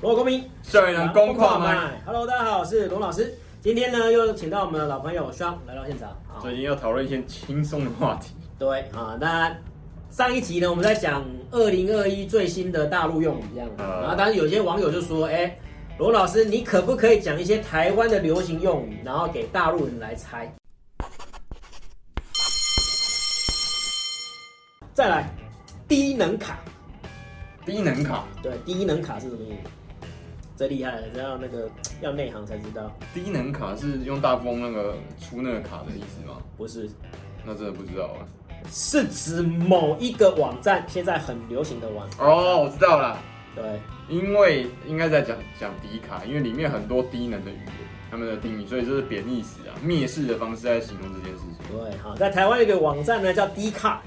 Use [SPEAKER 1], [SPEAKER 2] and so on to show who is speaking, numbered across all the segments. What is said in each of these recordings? [SPEAKER 1] 罗公民，
[SPEAKER 2] 校园公跨 麦，
[SPEAKER 1] Hello，大家好，我是罗老师。今天呢，又请到我们的老朋友双来到现场啊。
[SPEAKER 2] 最近要讨论一些轻松的话题，
[SPEAKER 1] 对啊，那上一集呢，我们在讲二零二一最新的大陆用语这样子，
[SPEAKER 2] 呃
[SPEAKER 1] 然后当然有些网友就说，哎、罗老师，你可不可以讲一些台湾的流行用语，然后给大陆人来猜？再来，低能卡，
[SPEAKER 2] 低能卡，
[SPEAKER 1] 对，低能卡是什么意思？这厉害了，这要那个要内行才知道，
[SPEAKER 2] 低能卡是用大富翁那个出那个卡的意思吗？
[SPEAKER 1] 不是，
[SPEAKER 2] 那真的不知道啊。
[SPEAKER 1] 是指某一个网站现在很流行的网，
[SPEAKER 2] 哦，我知道了，
[SPEAKER 1] 对。
[SPEAKER 2] 因为应该在讲讲迪卡，因为里面很多低能的语言，他们的定义，所以这是贬义词啊，蔑视的方式在形容这件事情。
[SPEAKER 1] 对，好，在台湾有一个网站呢叫 D 卡，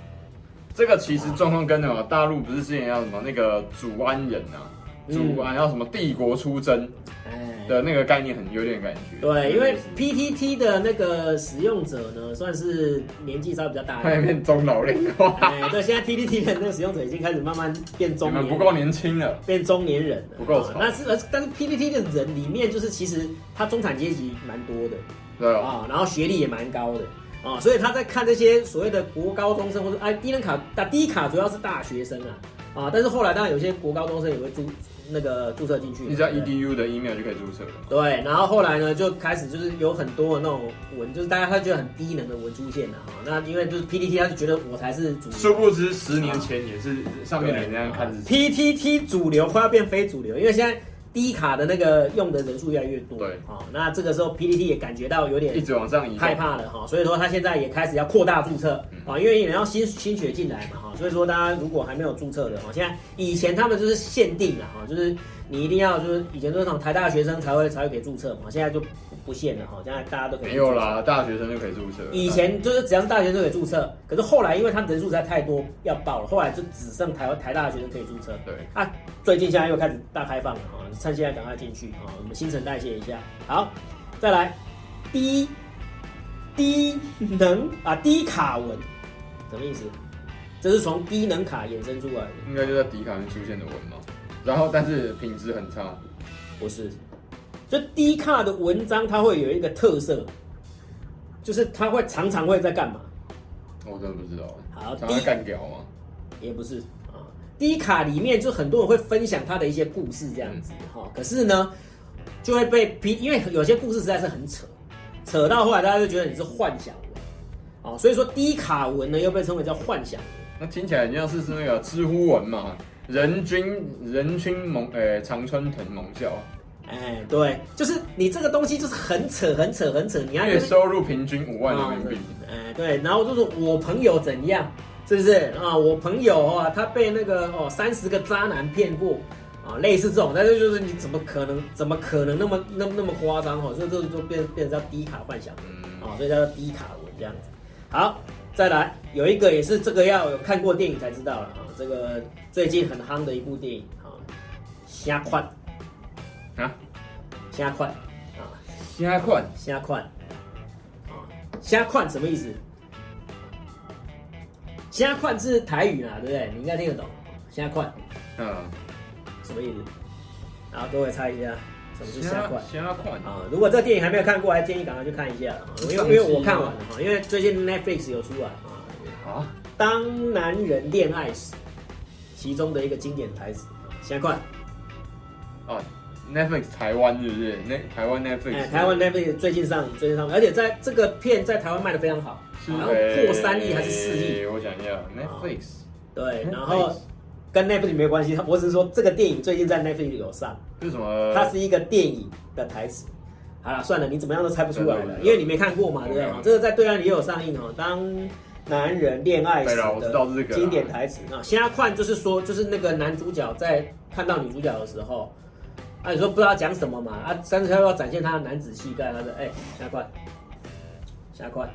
[SPEAKER 2] 这个其实状况跟什么大陆不是之前要什么那个祖安人啊，
[SPEAKER 1] 嗯
[SPEAKER 2] 祖安要什么帝国出征
[SPEAKER 1] 哎，
[SPEAKER 2] 的那个概念很有点感觉。
[SPEAKER 1] 对，因为 PTT 的那个使用者呢，算是年纪稍微比较大
[SPEAKER 2] 他
[SPEAKER 1] 一
[SPEAKER 2] 那
[SPEAKER 1] 点。
[SPEAKER 2] 边中老龄化，
[SPEAKER 1] 哎，对，现在 PTT 的那个使用者已经开始慢慢变
[SPEAKER 2] 你
[SPEAKER 1] 中
[SPEAKER 2] 们
[SPEAKER 1] 年，
[SPEAKER 2] 不够年轻了。
[SPEAKER 1] 变中年人了，哦
[SPEAKER 2] 不够潮
[SPEAKER 1] 那是，而但是 PTT 的人里面，就是其实他中产阶级蛮多的
[SPEAKER 2] 对啊，
[SPEAKER 1] 啊、然后学历也蛮高的啊、所以他在看这些所谓的国高中生或者哎低能卡，打低卡主要是大学生啊啊、但是后来当然有些国高中生也会注那个注册进去嘛，
[SPEAKER 2] 你只要
[SPEAKER 1] 对啊不对
[SPEAKER 2] edu E 的 email 就可以注册了嘛。
[SPEAKER 1] 对，然后后来呢，就开始就是有很多的那种文，就是大家他觉得很低能的文出现了哈。那因为就是 PTT，他就觉得我才是主
[SPEAKER 2] 殊
[SPEAKER 1] 流。
[SPEAKER 2] 不知十年前也是上面的人这样看自己。
[SPEAKER 1] PTT 主流快要变非主流，因为现在低卡的那个用的人数越来越多。
[SPEAKER 2] 对
[SPEAKER 1] 好，那这个时候 PTT 也感觉到有
[SPEAKER 2] 一
[SPEAKER 1] 点
[SPEAKER 2] 直往上移动
[SPEAKER 1] 啊害，怕了哈，所以说他现在也开始要扩大注册
[SPEAKER 2] 嗯
[SPEAKER 1] 啊，因为也要新新血进来嘛哈，所以说大家如果还没有注册的哈，现在以前他们就是限定了哈，就是你一定要就是以前都是那种台大学生才会才会给注册嘛，现在就不不限了哈，现在大家都可以
[SPEAKER 2] 没有
[SPEAKER 1] 注册。
[SPEAKER 2] 啦，大学生就可以注册了。
[SPEAKER 1] 以前就是只要是大学生都可以注册，可是后来因为他们人数实在太多要爆了，后来就只剩台湾台大的学生可以注册。
[SPEAKER 2] 对，
[SPEAKER 1] 啊，最近现在又开始大开放了啊，趁现在赶快进去啊，我们新陈代谢一下。好，再来低低能啊低卡文，什么意思？这是从低能卡衍生出来的，
[SPEAKER 2] 应该就在迪卡上出现的文嘛。然后，但是品质很差，
[SPEAKER 1] 不是？就低卡的文章，它会有一个特色，就是它会常常会在干嘛？
[SPEAKER 2] 我真的不知道。
[SPEAKER 1] 好
[SPEAKER 2] 常
[SPEAKER 1] 第
[SPEAKER 2] 常
[SPEAKER 1] 一
[SPEAKER 2] 干掉嘛。
[SPEAKER 1] 也不是啊。低卡里面就很多人会分享他的一些故事这样子哈、可是呢，就会被批，因为有些故事实在是很扯，扯到后来大家就觉得你是幻想文哦，所以说低卡文呢又被称为叫幻想文，
[SPEAKER 2] 那听起来很像是是那个知乎文嘛，人均人均萌呃常春藤萌校，
[SPEAKER 1] 哎，对，就是你这个东西就是很扯很扯很扯，你要
[SPEAKER 2] 月收入平均五万人民币。
[SPEAKER 1] 哎，对，然后就是我朋友怎样，是不是啊？我朋友啊，他被那个哦三十个渣男骗过啊，类似这种，但是就是你怎么可能，怎么可能那么那么那么夸张哦？所以这就变变成叫低卡幻想
[SPEAKER 2] 嗯，
[SPEAKER 1] 啊，所以叫做低卡文这样子。好，再来有一个也是这个要有看过电影才知道了啊，这个最近很夯的一部电影啊，虾款
[SPEAKER 2] 啊，
[SPEAKER 1] 虾款啊，
[SPEAKER 2] 虾款
[SPEAKER 1] 虾款啊，虾款什么意思？虾款是台语啦，对不对？你应该听得懂。虾款
[SPEAKER 2] 嗯，
[SPEAKER 1] 什么意思？然后各位猜一下什么是虾款
[SPEAKER 2] 虾款
[SPEAKER 1] 啊？如果这个电影还没有看过，还建议赶快去看一下啊，因为因为我看完了啊哈，因为最近 Netflix 有出来啊，
[SPEAKER 2] 啊，
[SPEAKER 1] 《当男人恋爱时》其中的一个经典台词啊，虾款。
[SPEAKER 2] 哦，Netflix 台湾是不是？那台湾 Netflix，、
[SPEAKER 1] 哎，台湾 Netflix 最近上映，最近上映，而且在这个片在台湾卖的非常好，
[SPEAKER 2] 是
[SPEAKER 1] 好像破三亿还是四亿？哦
[SPEAKER 2] 哎我想一下，Netflix，
[SPEAKER 1] 对，
[SPEAKER 2] Netflix
[SPEAKER 1] 然后跟 Netflix 没关系，我只是说这个电影最近在 Netflix 有上，
[SPEAKER 2] 是什么？
[SPEAKER 1] 它是一个电影的台词。好了，算了，你怎么样都猜不出来
[SPEAKER 2] 对对
[SPEAKER 1] 了，
[SPEAKER 2] 对
[SPEAKER 1] 因为你没看过嘛，对不对
[SPEAKER 2] 没有？
[SPEAKER 1] 这个在对岸也有上映哦。当男人恋爱时
[SPEAKER 2] 对了我知道这
[SPEAKER 1] 的
[SPEAKER 2] 个啊
[SPEAKER 1] 经典台词啊，现在看就是说，就是那个男主角在看到女主角的时候，啊，你说不知道讲什么嘛？啊，但是他又要展现他的男子气概，他说：“哎，下快，下快，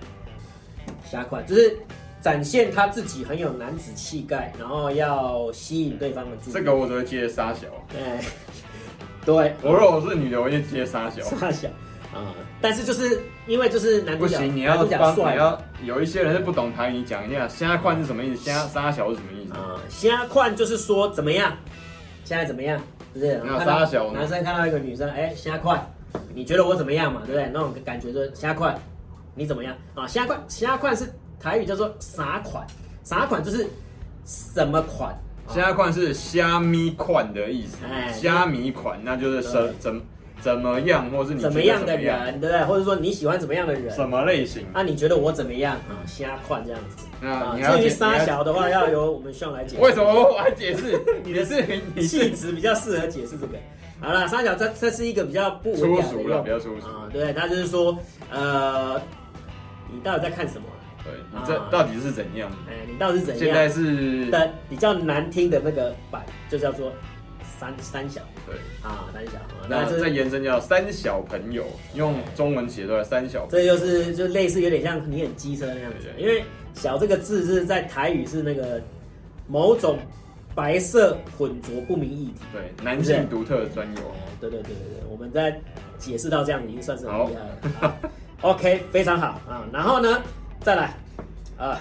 [SPEAKER 1] 下快，就是展现他自己很有男子气概，然后要吸引对方的注意。”
[SPEAKER 2] 这个，我只会接沙小。
[SPEAKER 1] 哎，对，
[SPEAKER 2] 我如果我是女的，我就接沙小。
[SPEAKER 1] 傻小啊、但是就是因为就是 男
[SPEAKER 2] 不
[SPEAKER 1] 主角，
[SPEAKER 2] 行，你
[SPEAKER 1] 男
[SPEAKER 2] 要
[SPEAKER 1] 主角
[SPEAKER 2] 帮，
[SPEAKER 1] 帅
[SPEAKER 2] 你
[SPEAKER 1] 嘛
[SPEAKER 2] 要有一些人是不懂台语，你讲一下虾款是
[SPEAKER 1] 哦
[SPEAKER 2] 什么意思，虾沙小是什么意思？
[SPEAKER 1] 啊，虾、款就是说怎么样，现在怎么样，对不对？
[SPEAKER 2] 哪有
[SPEAKER 1] 看到
[SPEAKER 2] 傻小呢
[SPEAKER 1] 男生看到一个女生，哎，虾块，你觉得我怎么样嘛？对不对？那种感觉就是虾块，你怎么样啊？虾块，虾块是台语叫做啥款？啥款就是什么款？啊
[SPEAKER 2] 虾款是虾米款的意思
[SPEAKER 1] 哎，
[SPEAKER 2] 虾米款那就是
[SPEAKER 1] 对
[SPEAKER 2] 什怎怎么样，或是你觉
[SPEAKER 1] 怎
[SPEAKER 2] 得
[SPEAKER 1] 么样的
[SPEAKER 2] 怎么样
[SPEAKER 1] 人，对不对？或者说你喜欢怎么样的人？
[SPEAKER 2] 什么类型？
[SPEAKER 1] 啊，你觉得我怎么样啊？瞎换这样子
[SPEAKER 2] 那
[SPEAKER 1] 啊。
[SPEAKER 2] 你还要
[SPEAKER 1] 至于
[SPEAKER 2] 解
[SPEAKER 1] 沙
[SPEAKER 2] 你还
[SPEAKER 1] 小的话，要由我们向来解释。
[SPEAKER 2] 为什么我还 解释？你的是你
[SPEAKER 1] 气
[SPEAKER 2] 是
[SPEAKER 1] 质比较适合解释这个？好了，沙小这这是一个比较不文
[SPEAKER 2] 粗
[SPEAKER 1] 雅的
[SPEAKER 2] 俗了，
[SPEAKER 1] 用
[SPEAKER 2] 比较粗俗。
[SPEAKER 1] 啊，对，他就是说，呃，你到底在看什么？
[SPEAKER 2] 对你这
[SPEAKER 1] 啊
[SPEAKER 2] 到底是怎样？
[SPEAKER 1] 哎，你到底是怎
[SPEAKER 2] 现在
[SPEAKER 1] 样
[SPEAKER 2] 是
[SPEAKER 1] 的比较难听的那个版，就叫做三三小
[SPEAKER 2] 对，
[SPEAKER 1] 啊，三小啊，
[SPEAKER 2] 那
[SPEAKER 1] 那
[SPEAKER 2] 再
[SPEAKER 1] 这
[SPEAKER 2] 延伸叫三小朋友，用中文写出来三小朋友。
[SPEAKER 1] 这就是就类似有点像你很机车那样子，
[SPEAKER 2] 对对
[SPEAKER 1] 因为“小”这个字是在台语是那个某种白色混浊不明液体。
[SPEAKER 2] 对，男性独特的专有。
[SPEAKER 1] 对对对对对，我们在解释到这样已经算是很厉害了。啊 OK，非常好啊。然后呢，再来啊，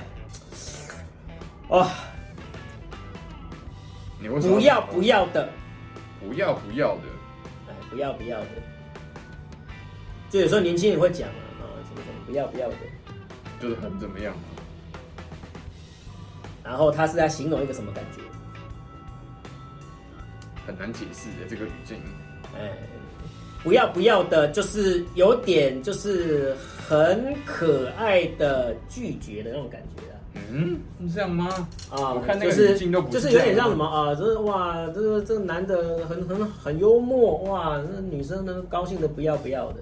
[SPEAKER 1] 哦，
[SPEAKER 2] 你为什么
[SPEAKER 1] 不要不要的，
[SPEAKER 2] 不要不要的？
[SPEAKER 1] 哎，不要不要的，就有时候年轻人会讲啊，啊，什么什么不要不要的，
[SPEAKER 2] 就是很怎么样？
[SPEAKER 1] 然后他是在形容一个什么感觉？
[SPEAKER 2] 很难解释的这个语境。
[SPEAKER 1] 哎，不要不要的，就是有点就是很可爱的拒绝的那种感觉啊。
[SPEAKER 2] 嗯，是这样吗？
[SPEAKER 1] 啊，
[SPEAKER 2] 我看那
[SPEAKER 1] 就
[SPEAKER 2] 个
[SPEAKER 1] 是
[SPEAKER 2] 语境都不
[SPEAKER 1] 就是是有
[SPEAKER 2] 这样
[SPEAKER 1] 点像什么啊，就是哇，这个这个男的很很很幽默哇，那女生呢高兴的不要不要的，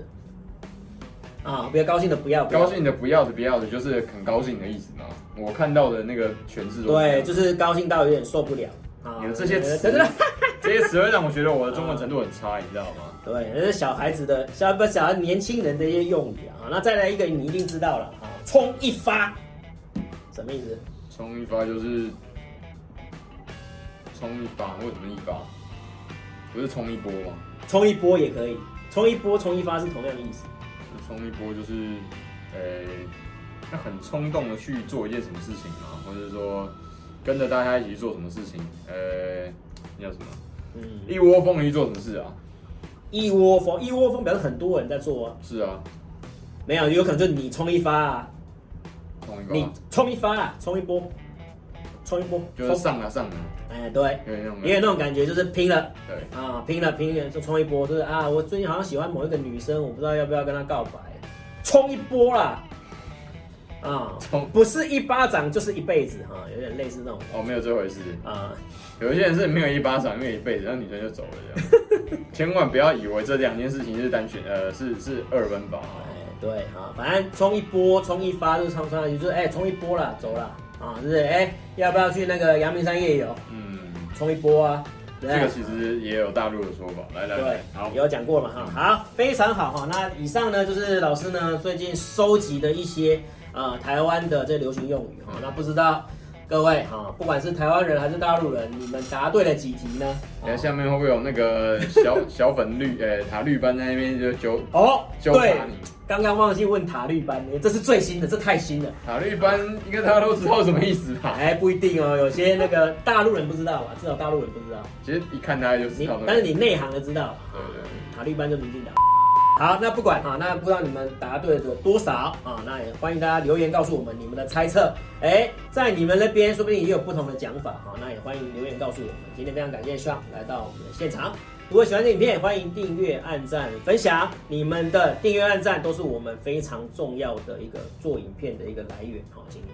[SPEAKER 1] 啊，不要高兴的不要不要
[SPEAKER 2] 高，兴的不要的不要的，就是很高兴的意思吗？我看到的那个诠释都是这样
[SPEAKER 1] 对，就是高兴到有点受不了啊。
[SPEAKER 2] 你的这些词
[SPEAKER 1] 对对对，
[SPEAKER 2] 这些词会让我觉得我的中文程度很差，你知道吗？
[SPEAKER 1] 对，这是小孩子的小不小孩年轻人的一些用语啊。那再来一个，你一定知道了啊，冲一发，什么意思？
[SPEAKER 2] 冲一发就是冲一发，为什么一发？不是冲一波吗？
[SPEAKER 1] 冲一波也可以，冲一波冲一发是同样的意思。
[SPEAKER 2] 冲一波就是，呃、那很冲动的去做一件什么事情嘛，或者说跟着大家一起做什么事情，呃、那叫什么？
[SPEAKER 1] 嗯，
[SPEAKER 2] 一窝蜂地去做什么事啊？
[SPEAKER 1] 一窝蜂，一窝蜂表示很多人在做啊。
[SPEAKER 2] 是啊，
[SPEAKER 1] 没有，有可能就你冲一发啊，
[SPEAKER 2] 冲一
[SPEAKER 1] 你
[SPEAKER 2] 发
[SPEAKER 1] 冲一发啊，冲一波，冲一波，
[SPEAKER 2] 哦就是嗯
[SPEAKER 1] 冲，
[SPEAKER 2] 上啊上啊，
[SPEAKER 1] 哎，对，
[SPEAKER 2] 有点那种
[SPEAKER 1] 也有那种感觉，就是拼了
[SPEAKER 2] 对，
[SPEAKER 1] 啊，拼了拼了就冲一波，就是啊，我最近好像喜欢某一个女生，我不知道要不要跟她告白，冲一波啦，啊，
[SPEAKER 2] 冲
[SPEAKER 1] 不是一巴掌就是一辈子哈、啊，有点类似那种
[SPEAKER 2] 哦，没有这回事。
[SPEAKER 1] 啊，
[SPEAKER 2] 有一些人是没有一巴掌，没有一辈子，那女生就走了这 样。千万不要以为这两件事情是单选，呃，是是二分法
[SPEAKER 1] 哎
[SPEAKER 2] 啊。，
[SPEAKER 1] 对啊，反正冲一波，冲一发就是冲冲上去，就是哎，冲一波啦，走啦，啊，就是哎，要不要去那个阳明山夜游，
[SPEAKER 2] 嗯，
[SPEAKER 1] 冲一波啊，对
[SPEAKER 2] 这
[SPEAKER 1] 不对
[SPEAKER 2] 个其实也有大陆的说法。来来
[SPEAKER 1] 对
[SPEAKER 2] 来，，好，
[SPEAKER 1] 有讲过了哈。好，非常好哈。那以上呢，就是老师呢最近收集的一些呃台湾的这流行用语
[SPEAKER 2] 嗯
[SPEAKER 1] 哈。那不知道各位哈，不管是台湾人还是大陆人，你们答对了几题呢？
[SPEAKER 2] 等哎一下下面会不会有那个 小小粉绿，呃、塔绿班在那边就纠
[SPEAKER 1] 哦，
[SPEAKER 2] 纠
[SPEAKER 1] 对
[SPEAKER 2] 察，你？
[SPEAKER 1] 刚刚忘记问塔绿班，这是最新的，这太新了。
[SPEAKER 2] 塔绿班应该大家都知道什么意思吧？
[SPEAKER 1] 哎，不一定哦，有些那个大陆人不知道吧，至少大陆人不知道。
[SPEAKER 2] 其实一看大家就知
[SPEAKER 1] 你
[SPEAKER 2] 道那个。
[SPEAKER 1] 但是你内行的知道，啊
[SPEAKER 2] 对对对
[SPEAKER 1] 塔利班就民进党。好，那不管啊，那不知道你们答对了有多少啊？那也欢迎大家留言告诉我们你们的猜测。哎，在你们那边说不定也有不同的讲法啊，那也欢迎留言告诉我们。今天非常感谢 s h 来到我们的现场。如果喜欢这影片，欢迎订阅、按赞、分享。你们的订阅、按赞都是我们非常重要的一个做影片的一个来源。好，请你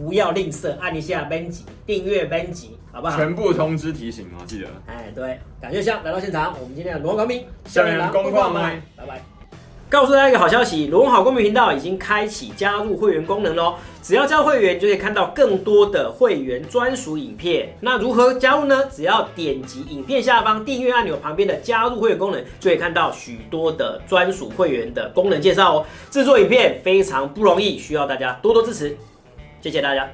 [SPEAKER 1] 不要吝啬，按一下 Ben 级订阅 Ben 级，好不好？
[SPEAKER 2] 全部通知提醒哦，记得。
[SPEAKER 1] 哎，对，感谢香来到现场，我们今天的罗文高明
[SPEAKER 2] 校园公话麦，
[SPEAKER 1] 拜拜。告诉大家一个好消息，罗文好公民频道已经开启加入会员功能喽！只要加入会员，就可以看到更多的会员专属影片。那如何加入呢？只要点击影片下方订阅按钮旁边的加入会员功能，就可以看到许多的专属会员的功能介绍哦。制作影片非常不容易，需要大家多多支持，谢谢大家。